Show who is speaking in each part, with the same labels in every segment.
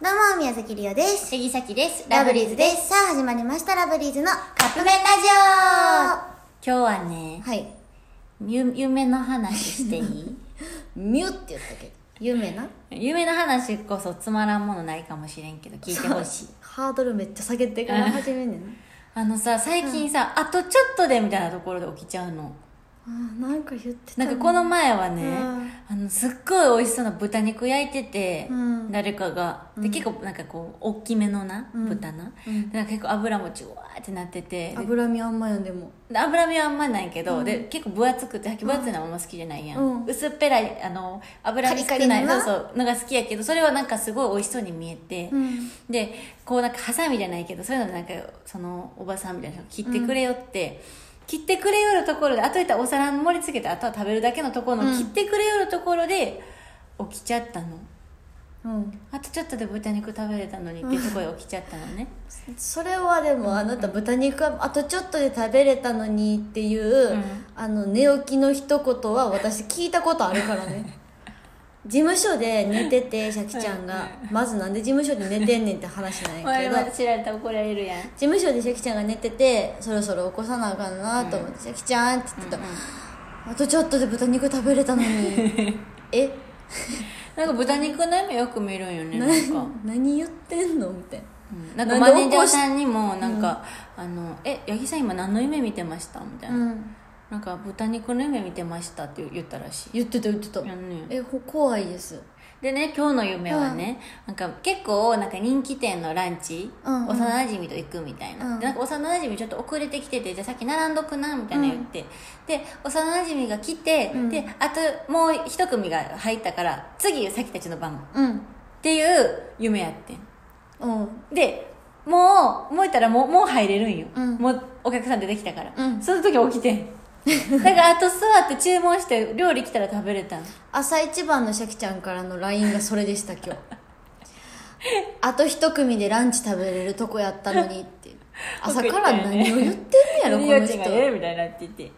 Speaker 1: どうも、宮崎りおです。
Speaker 2: 杉崎です
Speaker 1: ラブリーズです。さあ、始まりました、ラブリーズのカップ麺ラジ
Speaker 2: 今日はね
Speaker 1: オはい。
Speaker 2: ゆ夢の話して いい
Speaker 1: ミュって言ったけど、有名な
Speaker 2: 夢の話こそつまらんものないかもしれんけど聞いてほしい
Speaker 1: ハードルめっちゃ下げてから始めんねんな。
Speaker 2: あのさ最近さ、あとちょっとでみたいなところで起きちゃうの
Speaker 1: あーなんか言ってた
Speaker 2: なん
Speaker 1: ね
Speaker 2: かこの前はね、
Speaker 1: うん
Speaker 2: あのすっごい美味しそうな豚肉焼いてて、
Speaker 1: うん
Speaker 2: 誰かがで結構なんかこう大きめのな、
Speaker 1: うん
Speaker 2: 豚な,、
Speaker 1: うん
Speaker 2: でなんか結構油もちゅわーってなっててで
Speaker 1: 脂身あんまやんでも。
Speaker 2: で脂身はあんまないけど、で結構分厚くて分厚いのはあんま好きじゃないやん、
Speaker 1: うん
Speaker 2: 薄っぺらいあの脂身少
Speaker 1: カリカ
Speaker 2: な
Speaker 1: リ
Speaker 2: い
Speaker 1: のな
Speaker 2: そうそうのが好きやけどそれはなんかすごい美味しそうに見えて、
Speaker 1: ん。
Speaker 2: でこうなんかハサミじゃないけどそういうのでなんかそのおばさんみたいな人が切ってくれよって、切ってくれよるところであといったらお皿盛り付けてあとは食べるだけのところ
Speaker 1: う
Speaker 2: の、
Speaker 1: ん
Speaker 2: 切ってくれよるところで起きちゃったの
Speaker 1: うん。
Speaker 2: あとちょっとで豚肉食べれたのにっていうところで起きちゃったのね、
Speaker 1: それはでも、あなた豚肉はあとちょっとで食べれたのにっていう、
Speaker 2: うん
Speaker 1: あの、寝起きの一言は私聞いたことあるから ね。事務所で寝てて、シャキちゃんが、まずなんで事務所で寝てんねんって話なんやけ
Speaker 2: 前
Speaker 1: ど
Speaker 2: ま。で知られたら怒られるやん
Speaker 1: 事務所でシャキちゃんが寝ててそろそろ起こさなあかんなと思って「シャキちゃん」って言ってた、あとちょっとで豚肉食べれたのにえ
Speaker 2: なんか豚肉の夢よく見るんよねなんか
Speaker 1: 何言ってんのみたいな
Speaker 2: うんなんか
Speaker 1: なんで
Speaker 2: マネージャーさんにもなんか「あのえ八木さん今何の夢見てました?」みたいな、
Speaker 1: うん
Speaker 2: なんか豚肉の夢見てましたって言ったらしい
Speaker 1: 言ってた言ってた
Speaker 2: やんね
Speaker 1: えほ怖いです
Speaker 2: でね今日の夢はね、なんか結構なんか人気店のランチ、
Speaker 1: うんうん
Speaker 2: 幼なじみと行くみたいな,、
Speaker 1: うん
Speaker 2: でなんか幼なじみちょっと遅れてきててじゃあさっき並んどくなみたいな言って、で幼なじみが来て、
Speaker 1: うん
Speaker 2: であともう一組が入ったから次さっきたちの番っ
Speaker 1: うん
Speaker 2: ていう夢やってん
Speaker 1: うん
Speaker 2: でもうもういったらもうもう入れるんよ、
Speaker 1: うん
Speaker 2: もうお客さん出てきたから、
Speaker 1: うん
Speaker 2: その時起き てんだからあと座って注文して料理来たら食べれたん
Speaker 1: 朝一番のシャキちゃんからの LINE がそれでした今 日あと一組でランチ食べれるとこやったのに って朝から何を言ってんねやろこの人
Speaker 2: がええみたいになってて
Speaker 1: っ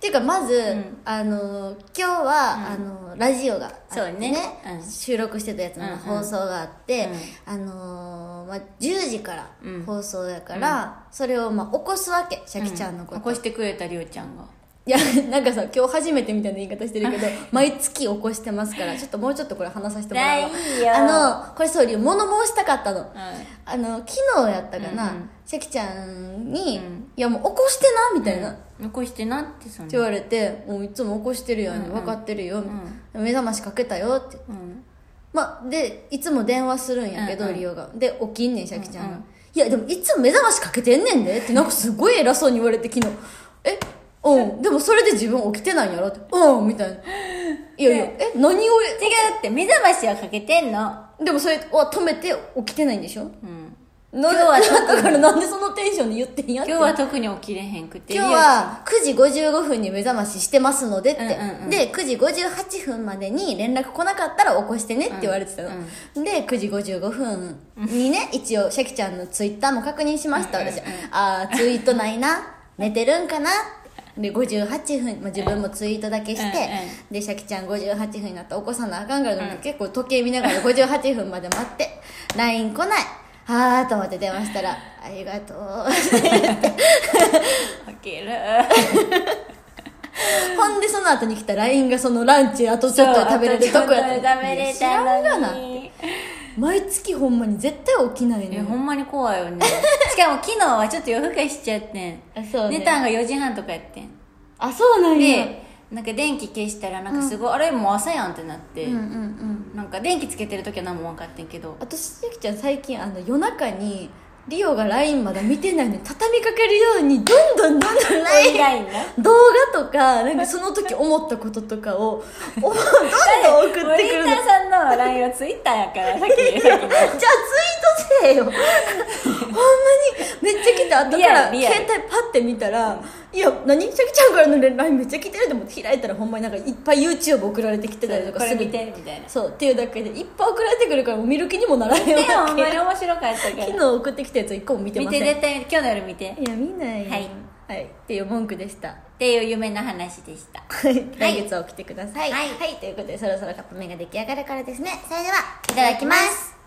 Speaker 1: ていうかまず、
Speaker 2: ん
Speaker 1: あの今日は、あのラジオがあって
Speaker 2: そう
Speaker 1: ね
Speaker 2: ねうん
Speaker 1: 収録してたやつの
Speaker 2: うんうん
Speaker 1: 放送があって、
Speaker 2: うん
Speaker 1: あのまあ、10時から
Speaker 2: うん
Speaker 1: 放送やから、それを、まあ、起こすわけシャキちゃんのこと、
Speaker 2: 起こしてくれたりょうちゃんが
Speaker 1: いやなんかさ今日初めてみたいな言い方して るけど毎月起こしてますからちょっともうちょっとこれ話させてもらおう
Speaker 2: ないいよ
Speaker 1: あのこれそう理由物申したかったの、
Speaker 2: う
Speaker 1: あの昨日やったかな、
Speaker 2: うんうん
Speaker 1: シャキちゃんに、
Speaker 2: うん
Speaker 1: いやもう起こしてな」みたいな、
Speaker 2: ん起こしてなってその
Speaker 1: って言われて「もういつも起こしてるよ、ね
Speaker 2: うんうん
Speaker 1: 分かってるよ、
Speaker 2: ん
Speaker 1: 目覚ましかけたよ」って、
Speaker 2: うん
Speaker 1: まあ、でいつも電話するんやけど、
Speaker 2: うんうん
Speaker 1: リオがで起きんねんシャキちゃんが、
Speaker 2: うんうん
Speaker 1: いやでもいつも目覚ましかけてんねんで」ってなんかすごい偉そうに言われて昨日「えうんでもそれで自分起きてないんやろ」って「うん」みたいな「いやいやえ何を
Speaker 2: 違うって目覚ましはかけてんの
Speaker 1: でもそれは止めて起きてないんでしょ
Speaker 2: うん
Speaker 1: 今
Speaker 2: 日は特に
Speaker 1: だからなんでそのテンションで言ってんやっ
Speaker 2: 今
Speaker 1: て
Speaker 2: 日は特に起きれへんくて
Speaker 1: 今日は9時55分に目覚まししてますのでって、
Speaker 2: うんうんうん
Speaker 1: で9時58分までに連絡来なかったら起こしてねって言われてたの、
Speaker 2: うん
Speaker 1: で9時55分に ね一応シャキちゃんのツイッターも確認しました私、ああツイートないな寝てるんかなで58分、まあ、自分もツイートだけして、
Speaker 2: うんうん
Speaker 1: でシャキちゃん58分になったら起こさなあかんからでも結構時計見ながら58分まで待って LINE 来ないああと思って電話したら「ありがとう」
Speaker 2: かける
Speaker 1: ほんでその後に来た LINE がそのランチあとちょっとで食べれるとこやった
Speaker 2: 食べれ
Speaker 1: 知らん
Speaker 2: た
Speaker 1: が
Speaker 2: の
Speaker 1: な
Speaker 2: に
Speaker 1: 毎月ほんまに絶対起きないの
Speaker 2: え
Speaker 1: よ
Speaker 2: ほんまに怖い よねしかも昨日はちょっと夜更かししちゃってん
Speaker 1: あそうね
Speaker 2: 寝たんが4時半とかやってん
Speaker 1: あそうなんや
Speaker 2: でなんか電気消したらなんかすごい、あれもう朝やんってなって、
Speaker 1: うんうんうん
Speaker 2: なんか電気つけてる時は何も分かってんけど
Speaker 1: 私ゆきちゃん最近あの夜中にリオが LINE まだ見てないのに畳みかけるようにどんどんどんどん LINE
Speaker 2: ラインな
Speaker 1: 動画とかなんかその時思ったこととかをおどんどん送ってくるの
Speaker 2: 森田さんの LINE はツイッターやからさ っきさっき
Speaker 1: じゃあツイートせえよほんまにめっちゃ来て後か
Speaker 2: リ
Speaker 1: ら
Speaker 2: ア
Speaker 1: 携
Speaker 2: ルリアル
Speaker 1: 帯パッて見たら「いや何シャキちゃんからの LINE めっちゃ来てる」と思って開いたらほんまになんかいっぱい YouTube 送られてきてたりと
Speaker 2: の
Speaker 1: か
Speaker 2: こ
Speaker 1: す
Speaker 2: れ
Speaker 1: る
Speaker 2: 見てみたいな
Speaker 1: そうっていうだけでいっぱい送られてくるからもう見る気にもならへん
Speaker 2: でもほ
Speaker 1: わ
Speaker 2: んま
Speaker 1: け
Speaker 2: に面白かったから
Speaker 1: 昨日送ってきたやつ一個も見て
Speaker 2: 見
Speaker 1: ません
Speaker 2: て絶対見て今日の夜見てっ
Speaker 1: いや見ないよ
Speaker 2: はい、
Speaker 1: はい、っていう文句でした
Speaker 2: ていう夢の話 でした
Speaker 1: はい来月は起きてください
Speaker 2: はい
Speaker 1: ということでそろそろカップ麺が出来上がるからですねそれではい
Speaker 2: ただきます